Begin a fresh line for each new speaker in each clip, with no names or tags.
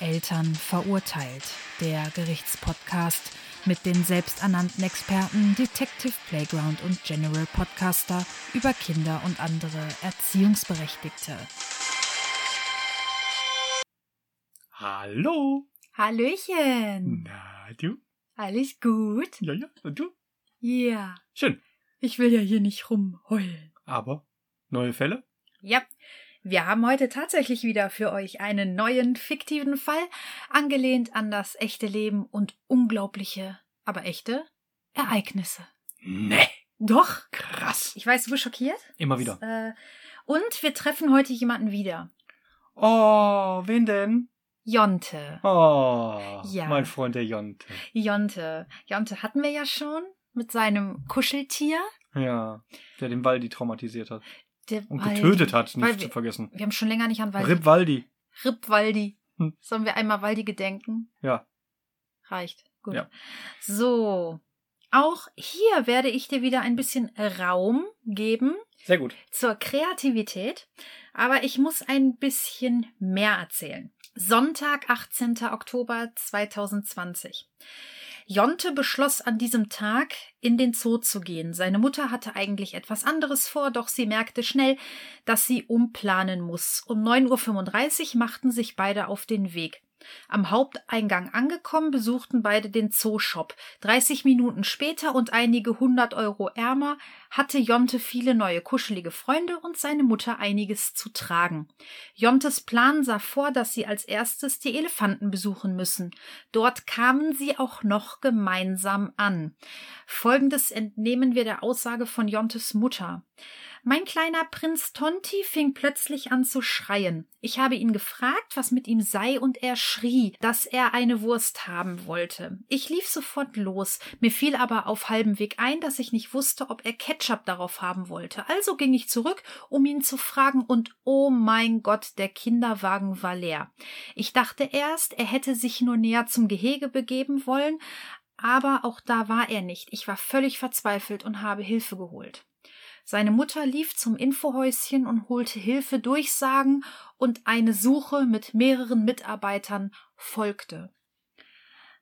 Eltern verurteilt. Der Gerichtspodcast mit den selbsternannten Experten Detective Playground und General Podcaster über Kinder und andere Erziehungsberechtigte.
Hallo.
Hallöchen.
Na, du?
Alles gut?
Ja, ja. Und du?
Ja.
Schön.
Ich will ja hier nicht rumheulen.
Aber neue Fälle?
Ja. Wir haben heute tatsächlich wieder für euch einen neuen fiktiven Fall, angelehnt an das echte Leben und unglaubliche, aber echte Ereignisse.
Nee.
Doch.
Ne, Krass.
Ich weiß, du bist schockiert.
Immer wieder.
Äh, Und wir treffen heute jemanden wieder.
Oh, wen denn?
Jonte.
Oh,
Ja.
mein Freund der Jonte.
Jonte. Jonte hatten wir ja schon mit seinem Kuscheltier.
Ja, der den Waldi traumatisiert hat.
Der
Und
Wald-
getötet hat, nicht
Waldi-
zu vergessen.
Wir haben schon länger nicht an Waldi.
Rip Waldi.
Rip Waldi.
Hm.
Sollen wir einmal Waldi gedenken?
Ja.
Reicht. Gut.
Ja.
So. Auch hier werde ich dir wieder ein bisschen Raum geben
Sehr gut.
zur Kreativität, aber ich muss ein bisschen mehr erzählen. Sonntag, 18. Oktober 2020. Jonte beschloss an diesem Tag, in den Zoo zu gehen. Seine Mutter hatte eigentlich etwas anderes vor, doch sie merkte schnell, dass sie umplanen muss. Um 9.35 Uhr machten sich beide auf den Weg. Am Haupteingang angekommen, besuchten beide den Zooshop. 30 Minuten später und einige hundert Euro ärmer hatte Jonte viele neue kuschelige Freunde und seine Mutter einiges zu tragen. Jontes Plan sah vor, dass sie als erstes die Elefanten besuchen müssen. Dort kamen sie auch noch gemeinsam an. Folgendes entnehmen wir der Aussage von Jontes Mutter. Mein kleiner Prinz Tonti fing plötzlich an zu schreien. Ich habe ihn gefragt, was mit ihm sei, und er schrie, dass er eine Wurst haben wollte. Ich lief sofort los. Mir fiel aber auf halbem Weg ein, dass ich nicht wusste, ob er Ketchup darauf haben wollte. Also ging ich zurück, um ihn zu fragen, und oh mein Gott, der Kinderwagen war leer. Ich dachte erst, er hätte sich nur näher zum Gehege begeben wollen, aber auch da war er nicht. Ich war völlig verzweifelt und habe Hilfe geholt. Seine Mutter lief zum Infohäuschen und holte Hilfe, Durchsagen und eine Suche mit mehreren Mitarbeitern folgte.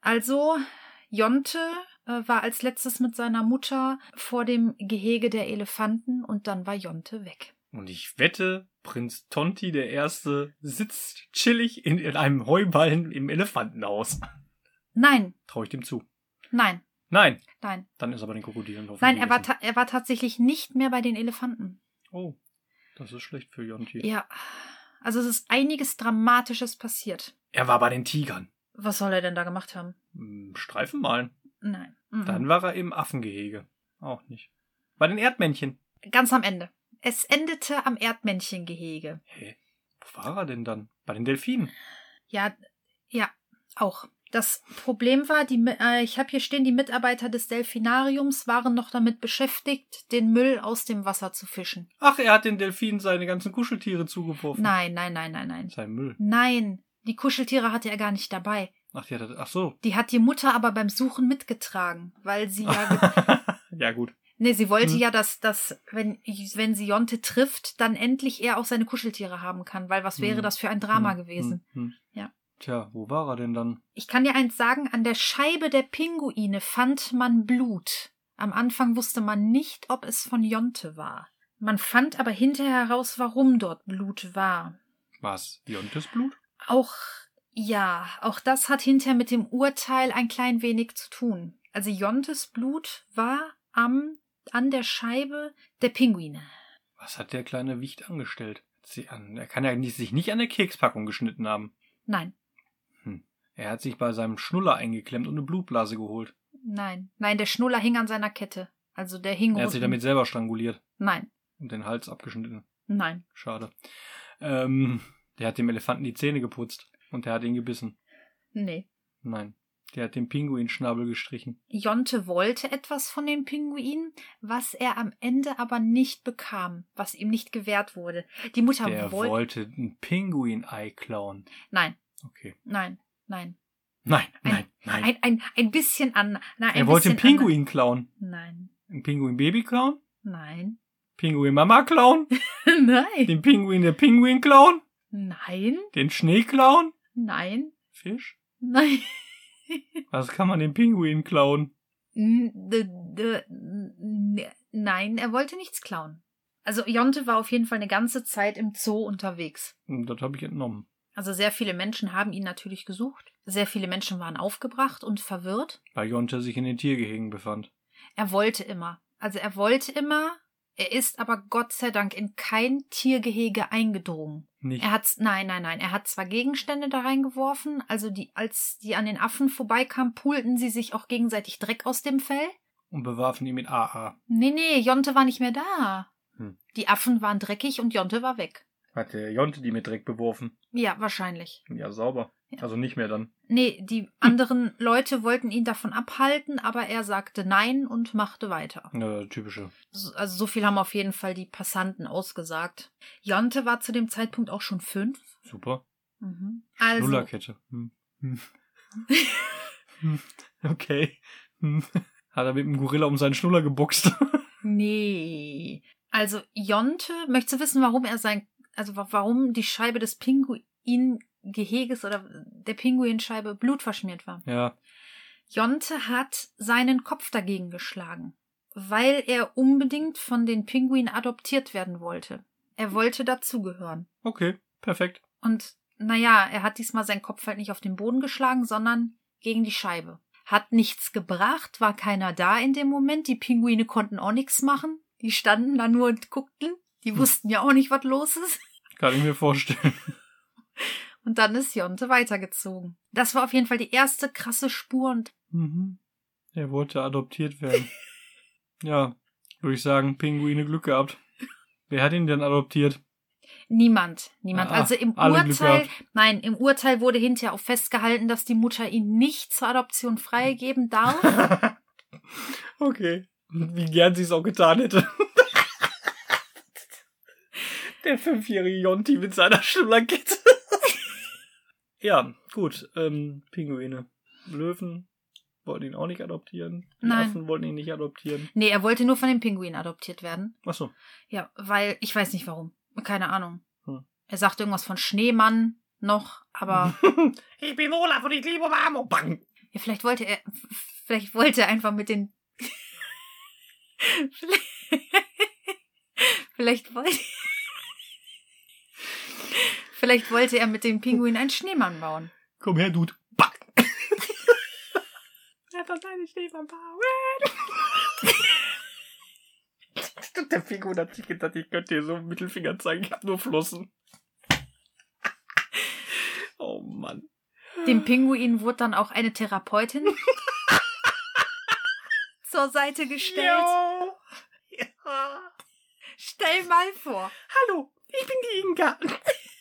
Also, Jonte äh, war als letztes mit seiner Mutter vor dem Gehege der Elefanten und dann war Jonte weg.
Und ich wette, Prinz Tonti der Erste sitzt chillig in, in einem Heuballen im Elefantenhaus.
Nein,
Traue ich dem zu.
nein,
Nein,
nein,
dann ist er bei den Krokodilen hoffentlich.
nein, er war,
gewesen.
ta- er war tatsächlich nicht mehr bei den Elefanten.
Oh, das ist schlecht für Jonti.
Ja, also es ist einiges Dramatisches passiert.
Er war bei den Tigern.
Was soll er denn da gemacht haben?
Hm, Streifen malen.
Nein. mhm.
Dann war er im Affengehege. Auch nicht. Bei den Erdmännchen.
Ganz am Ende. Es endete am Erdmännchengehege.
Hä? Wo war er denn dann? Bei den Delfinen.
Ja, ja, auch. Das Problem war, die, Mi- äh, ich habe hier stehen, die Mitarbeiter des Delfinariums waren noch damit beschäftigt, den Müll aus dem Wasser zu fischen.
Ach, er hat den Delfinen seine ganzen Kuscheltiere zugeworfen.
Nein, nein, nein, nein, nein.
Sein Müll.
Nein, die Kuscheltiere hatte er gar nicht dabei.
Ach, die hat er, ach so.
Die hat die Mutter aber beim Suchen mitgetragen, weil sie ja ge-
ja, gut.
Nee, sie wollte
Hm.
ja, dass, dass wenn, wenn sie Jonte trifft, dann endlich er auch seine Kuscheltiere haben kann, weil was wäre
Hm.
das für ein Drama
Hm,
gewesen?
hm, hm.
Ja.
Tja, wo war er denn dann?
Ich kann dir eins sagen, an der Scheibe der Pinguine fand man Blut. Am Anfang wusste man nicht, ob es von Jonte war. Man fand aber hinterher heraus, warum dort Blut war.
Was? Jontes Blut?
Auch, ja, auch das hat hinterher mit dem Urteil ein klein wenig zu tun. Also Jontes Blut war am, an der Scheibe der Pinguine.
Was hat der kleine Wicht angestellt? Sie an, er kann ja nicht, sich nicht an der Kekspackung geschnitten haben.
Nein.
Er hat sich bei seinem Schnuller eingeklemmt und eine Blutblase geholt.
Nein, nein, der Schnuller hing an seiner Kette. Also der hing
Er hat
unten.
sich damit selber stranguliert
Nein,
und den Hals abgeschnitten.
nein.
Schade. Ähm, der hat dem Elefanten die Zähne geputzt und der hat ihn gebissen.
Nee.
Nein. Der hat den Pinguinschnabel gestrichen.
Jonte wollte etwas von den Pinguinen, was er am Ende aber nicht bekam, was ihm nicht gewährt wurde. Die Mutter
Der
wollte.
wollte ein Pinguinei klauen.
Nein,
Okay.
nein, nein.
Nein,
Ein-
nein, nein.
Ein, ein, ein bisschen an. Nein, ein
er wollte einen
bisschen an-
Pinguin klauen.
Nein,
Ein Pinguin-Baby klauen?
nein.
Pinguin-Mama klauen?
nein.
Den Pinguin der Pinguin klauen?
Nein,
Den Schnee klauen?
nein.
Fisch?
Nein.
Was kann man dem Pinguin klauen?
N- d- d- n- Nein, er wollte nichts klauen. Also Jonte war auf jeden Fall eine ganze Zeit im Zoo unterwegs.
Hm, Das habe ich entnommen.
Also sehr viele Menschen haben ihn natürlich gesucht. Sehr viele Menschen waren aufgebracht und verwirrt.
Weil Jonte sich in den Tiergehegen befand.
Er wollte immer. Also er wollte immer. Er ist aber Gott sei Dank in kein Tiergehege eingedrungen.
Nicht.
Er hat nein, nein, nein. Er hat zwar Gegenstände da reingeworfen, also die, als die an den Affen vorbeikamen, poolten sie sich auch gegenseitig Dreck aus dem Fell.
Und bewarfen ihn mit AA.
Nee, nee, Jonte war nicht mehr da.
Hm.
Die Affen waren dreckig und Jonte war weg.
Hat der Jonte die mit Dreck beworfen?
Ja, wahrscheinlich.
Ja, sauber.
Ja.
Also nicht mehr dann.
Nee, die anderen Leute wollten ihn davon abhalten, aber er sagte nein und machte weiter.
Ja, typische.
So- Also so viel haben auf jeden Fall die Passanten ausgesagt. Jonte war zu dem Zeitpunkt auch schon fünf.
Super.
Also,
Nullerkette. Hm. Hm. Hm. okay. Hm. Hat er mit dem Gorilla um seinen Schnuller geboxt.
nee. Also Jonte, möchtest du wissen, warum er sein, also wa- warum die Scheibe des Pinguingeheges oder der Pinguinscheibe blutverschmiert war?
ja.
Jonte hat seinen Kopf dagegen geschlagen, weil er unbedingt von den Pinguinen adoptiert werden wollte. Er wollte dazugehören.
Okay. Perfekt.
Und naja, er hat diesmal seinen Kopf halt nicht auf den Boden geschlagen, sondern gegen die Scheibe. Hat nichts gebracht, war keiner da in dem Moment. Die Pinguine konnten auch nichts machen. Die standen da nur und guckten.
Hm.
Die wussten ja auch nicht, was los ist.
Kann ich mir vorstellen.
Und dann ist Jonte weitergezogen. Das war auf jeden Fall die erste krasse Spur und
Mhm. Er wollte adoptiert werden. ja. Würde ich sagen, Pinguine Glück gehabt. Wer hat ihn denn adoptiert?
niemand, niemand.
Ah,
also im
alle Glück
Urteil, nein, im Urteil wurde hinterher auch festgehalten, dass die Mutter ihn nicht zur Adoption freigeben darf.
okay. Wie gern sie es auch getan hätte. Der fünfjährige Jonti mit seiner Schlackkette. ja, gut. Ähm, Pinguine. Löwen wollten ihn auch nicht adoptieren. Die
Nein.
Affen wollten ihn nicht adoptieren.
nee, er wollte nur von den Pinguinen adoptiert werden.
Achso.
Ja, weil ich weiß nicht warum. Keine Ahnung.
Hm.
Er sagt irgendwas von Schneemann noch, aber
ich bin Olaf und ich liebe Marmo. Bang.
ja, vielleicht wollte er, vielleicht wollte er einfach mit den. vielleicht, vielleicht wollte. vielleicht wollte er mit dem Pinguin einen Schneemann bauen.
Komm her, Dude. Bang. Lass uns eine Schneemann bauen. Der Pinguin hat sich gedacht, ich könnte dir so einen Mittelfinger zeigen, ich hab nur Flossen. Oh Mann.
Dem Pinguin wurde dann auch eine Therapeutin zur Seite gestellt.
Jo. Ja.
Stell mal vor.
Hallo, ich bin die Inga.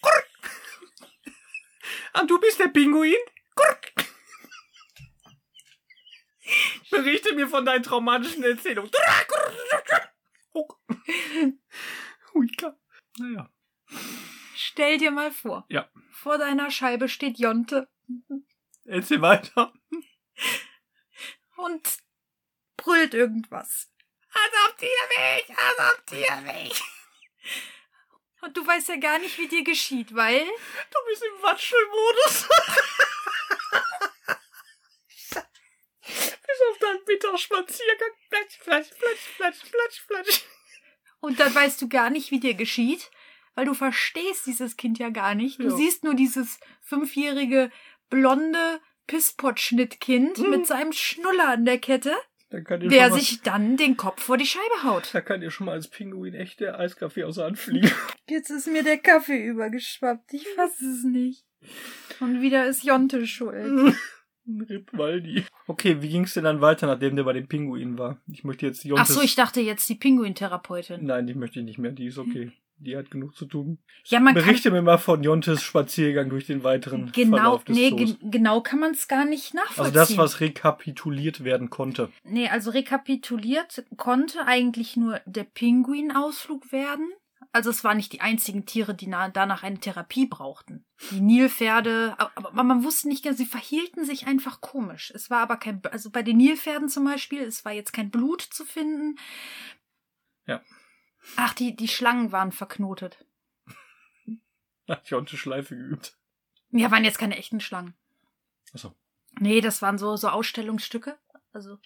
Kurk. Und du bist der Pinguin? Kurk. Berichte mir von deinen traumatischen Erzählungen. Oh. Uika. Naja.
Stell dir mal vor.
Ja.
Vor deiner Scheibe steht Jonte
Erzähl weiter.
und brüllt irgendwas. Also
Adoptier mich! Adoptier mich!
Und du weißt ja gar nicht, wie dir geschieht, weil
Du bist im Watschelmodus. Bis auf deinen Mittagsspaziergang. Platsch, platsch, platsch, platsch, platsch, platsch.
und dann weißt du gar nicht, wie dir geschieht, weil du verstehst dieses Kind ja gar nicht. Du
Ja.
siehst nur dieses fünfjährige blonde Pisspot-Schnittkind
Mhm.
mit seinem Schnuller an der Kette,
Dann kann dir
der
schon mal-
sich dann den Kopf vor die Scheibe haut.
Da kann dir schon mal als Pinguin echt der Eiskaffee außer anfliegen.
Jetzt ist mir der Kaffee übergeschwappt. Ich fass es nicht. Und wieder ist Jonte schuld.
Rip Waldi. Okay, wie ging's denn dann weiter, nachdem der bei den Pinguinen war? Ich möchte jetzt
Ach
Jontes...
so, ich dachte jetzt die Pinguintherapeutin.
Nein, die möchte ich nicht mehr. Die ist okay. Die hat genug zu tun.
Ja, man kann
Berichte mir mal von Jontes Spaziergang durch den weiteren
Genau,
Verlauf des
nee,
Zoos.
gen genau kann man es gar nicht nachvollziehen.
Also das, was rekapituliert werden konnte.
nee, also rekapituliert konnte eigentlich nur der Pinguinausflug werden. Also es waren nicht die einzigen Tiere, die na, danach eine Therapie brauchten. Die Nilpferde, aber, aber man wusste nicht genau, sie verhielten sich einfach komisch. Es war aber kein, also bei den Nilpferden zum Beispiel, es war jetzt kein Blut zu finden.
Ja.
Ach, die, die Schlangen waren verknotet.
Hat Jonte Schleife geübt.
Ja, waren jetzt keine echten Schlangen.
Achso.
Nee, das waren so, so Ausstellungsstücke. Also,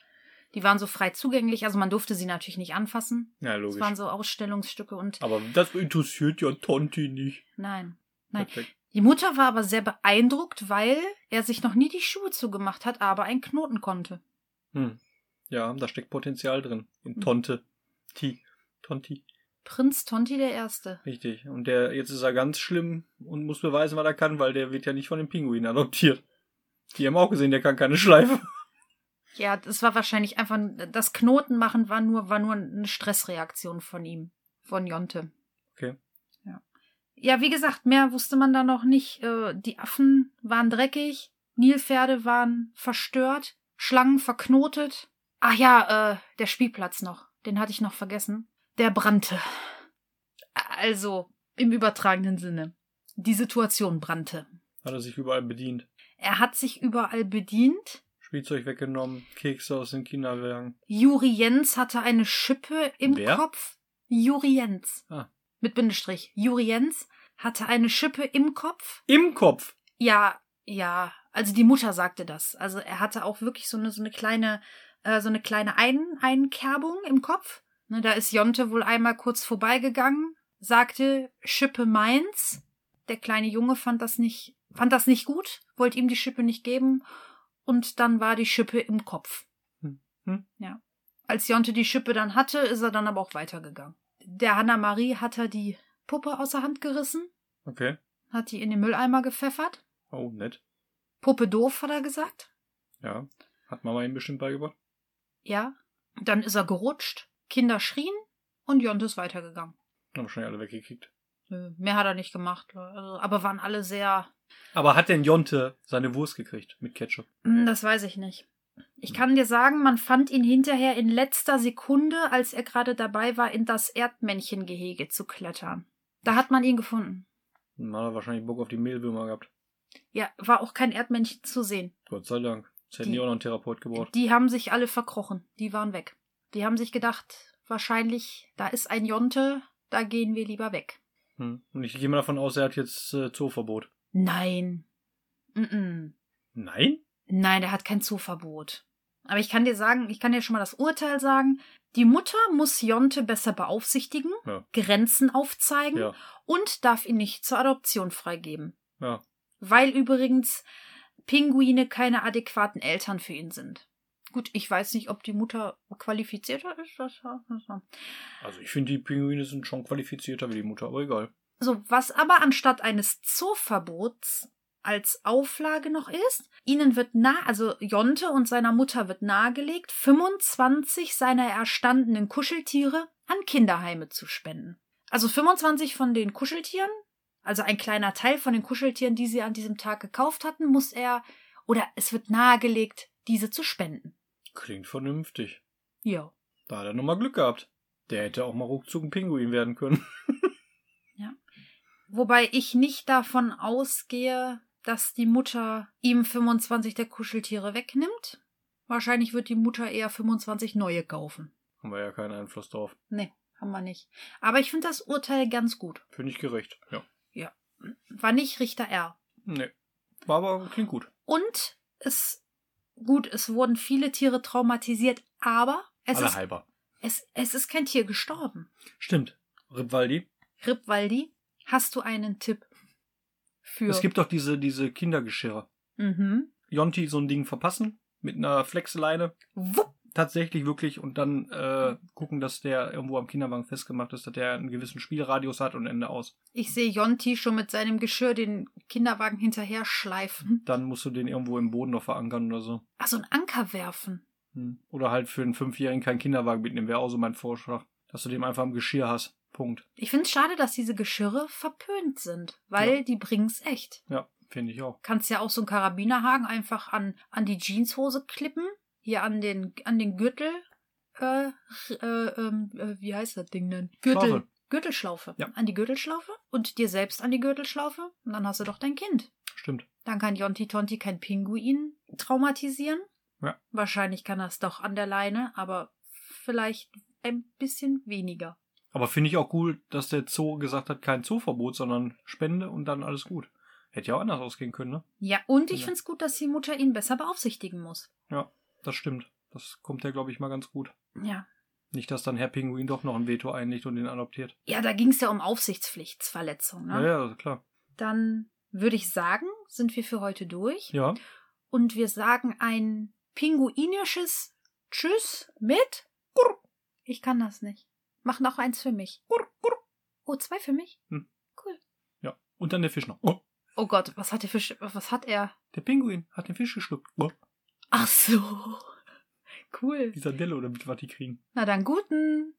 die waren so frei zugänglich. Also, man durfte sie natürlich nicht anfassen.
Ja,
Das
logisch.
waren so Ausstellungsstücke und
Aber das interessiert ja Tonti nicht.
nein. Nein.
Perfekt.
Die Mutter war aber sehr beeindruckt, weil er sich noch nie die Schuhe zugemacht hat, aber einen Knoten konnte.
Hm. Ja, da steckt Potenzial drin. In Tonte. Ti. Tonti.
Prinz Tonti der Erste.
Richtig. Und der, jetzt ist er ganz schlimm und muss beweisen, was er kann, weil der wird ja nicht von den Pinguinen adoptiert. Die haben auch gesehen, der kann keine Schleife.
Ja, das war wahrscheinlich einfach, das Knotenmachen war nur, war nur eine Stressreaktion von ihm, von Jonte.
Okay.
Ja. ja, wie gesagt, mehr wusste man da noch nicht. Äh, Die Affen waren dreckig, Nilpferde waren verstört, Schlangen verknotet. Ach ja, äh, der Spielplatz noch, den hatte ich noch vergessen. Der brannte. Also, im übertragenen Sinne. Die Situation brannte.
Hat er sich überall bedient.
Er hat sich überall bedient.
Spielzeug weggenommen, Kekse aus den Kinderwagen.
Juri Jens hatte eine Schippe im
Wer?
Kopf. Juri Jens.
Ah.
Mit Bindestrich. Juri Jens hatte eine Schippe im Kopf.
Im Kopf!
Ja, ja. Also die Mutter sagte das. Also er hatte auch wirklich so eine, so eine kleine, äh, so eine kleine Ein Einkerbung im Kopf. Ne, da ist Jonte wohl einmal kurz vorbeigegangen, sagte Schippe meins. Der kleine Junge fand das nicht, fand das nicht gut, wollte ihm die Schippe nicht geben. Und dann war die Schippe im Kopf.
Hm?
Als Jonte die Schippe dann hatte, ist er dann aber auch weitergegangen. Der Hanna-Marie hat er die Puppe außer Hand gerissen,
Okay.
hat die in den Mülleimer gepfeffert.
Oh, nett.
Puppe doof, hat er gesagt.
Ja. Hat Mama ihm bestimmt beigebracht.
Ja. Dann ist er gerutscht, Kinder schrien und Jonte ist weitergegangen.
Haben wahrscheinlich alle weggekickt.
Nö, Mehr hat er nicht gemacht. Also, aber waren alle sehr.
Aber hat denn Jonte seine Wurst gekriegt mit Ketchup?
Hm, Das weiß ich nicht. Ich kann dir sagen, man fand ihn hinterher in letzter Sekunde, als er gerade dabei war, in das Erdmännchengehege zu klettern. Da hat man ihn gefunden.
Dann Hm, hat er wahrscheinlich Bock auf die Mehlwürmer gehabt.
Ja, war auch kein Erdmännchen zu sehen.
Gott sei Dank. Es hätten
Die-
die auch noch einen Therapeut gebraucht.
Die haben sich alle verkrochen. Die waren weg. Die haben sich gedacht, wahrscheinlich, da ist ein Jonte, da gehen wir lieber weg.
Hm. Und ich gehe mal davon aus, er hat jetzt äh, Zooverbot.
Nein. Mm-mm.
Nein?
Nein, der hat kein Zooverbot. Aber ich kann dir sagen, ich kann dir schon mal das Urteil sagen. Die Mutter muss Jonte besser beaufsichtigen,
Ja.
Grenzen aufzeigen
Ja.
und darf ihn nicht zur Adoption freigeben.
Ja.
Weil übrigens Pinguine keine adäquaten Eltern für ihn sind. Gut, ich weiß nicht, ob die Mutter qualifizierter ist. Das, das, das.
Also ich finde, die Pinguine sind schon qualifizierter wie die Mutter, aber egal.
So, was aber anstatt eines Zooverbots als Auflage noch ist, ihnen wird nah, also Jonte und seiner Mutter wird nahegelegt, 25 seiner erstandenen Kuscheltiere an Kinderheime zu spenden. Also 25 von den Kuscheltieren, also ein kleiner Teil von den Kuscheltieren, die sie an diesem Tag gekauft hatten, muss er, oder es wird nahegelegt, diese zu spenden.
Klingt vernünftig.
Ja.
Da hat er nochmal Glück gehabt. Der hätte auch mal ruckzuck ein Pinguin werden können.
Wobei ich nicht davon ausgehe, dass die Mutter ihm 25 der Kuscheltiere wegnimmt. Wahrscheinlich wird die Mutter eher 25 neue kaufen.
Haben wir ja keinen Einfluss drauf.
Nee, haben wir nicht. Aber ich finde das Urteil ganz gut.
Finde ich gerecht. Ja.
War nicht Richter R.
Nee. War aber klingt gut.
Und es, gut, es wurden viele Tiere traumatisiert, aber es,
Alle
ist,
halber.
es, es ist kein Tier gestorben.
Stimmt. Ripwaldi.
Ripwaldi, hast du einen Tipp für...
Es gibt doch diese, diese Kindergeschirre.
Mhm.
Jonti so ein Ding verpassen mit einer Flexleine.
Wupp.
Tatsächlich wirklich und dann äh, gucken, dass der irgendwo am Kinderwagen festgemacht ist, dass der einen gewissen Spielradius hat und Ende aus.
Ich sehe Jonti schon mit seinem Geschirr den Kinderwagen hinterher schleifen.
Dann musst du den irgendwo im Boden noch verankern oder so.
Ach, so einen Anker werfen.
Hm. Oder halt für einen Fünfjährigen keinen Kinderwagen mitnehmen, wäre auch so mein Vorschlag. Dass du den einfach im Geschirr hast. Punkt.
Ich finde es schade, dass diese Geschirre verpönt sind, weil die bringen's echt.
Ja, finde ich auch.
Kannst ja auch so einen Karabinerhaken einfach an, an die Jeanshose klippen, hier an den, an den Gürtel, äh, äh, ähm, äh, wie heißt das Ding denn? Gürtel.
Schlaufe.
Gürtelschlaufe.
Ja.
An die Gürtelschlaufe und dir selbst an die Gürtelschlaufe und dann hast du doch dein Kind.
Stimmt.
Dann kann Jonti Tonti kein Pinguin traumatisieren.
Ja.
Wahrscheinlich kann das doch an der Leine, aber vielleicht ein bisschen weniger.
Aber finde ich auch cool, dass der Zoo gesagt hat, kein Zooverbot, sondern Spende und dann alles gut. Hätte ja auch anders ausgehen können, ne?
Ja, und ich
Ja.
finde es gut, dass die Mutter ihn besser beaufsichtigen muss.
Das stimmt. Das kommt ja, glaube ich, mal ganz gut.
Ja.
Nicht, dass dann Herr Pinguin doch noch ein Veto einlegt und ihn adoptiert.
Ja, da ging es ja um Aufsichtspflichtverletzung. Ne?
Ja, ja, also klar.
Dann würde ich sagen, sind wir für heute durch.
Ja.
Und wir sagen ein pinguinisches Tschüss mit. Ich kann das nicht. Mach noch eins für mich. Oh, zwei für mich?
Ja. Und dann der Fisch noch. Oh,
Oh Gott, was hat der Fisch, was hat er?
der Pinguin hat den Fisch geschluckt. Oh,
Ach so. Cool.
die Sardelle oder mit was die kriegen.
Na dann guten.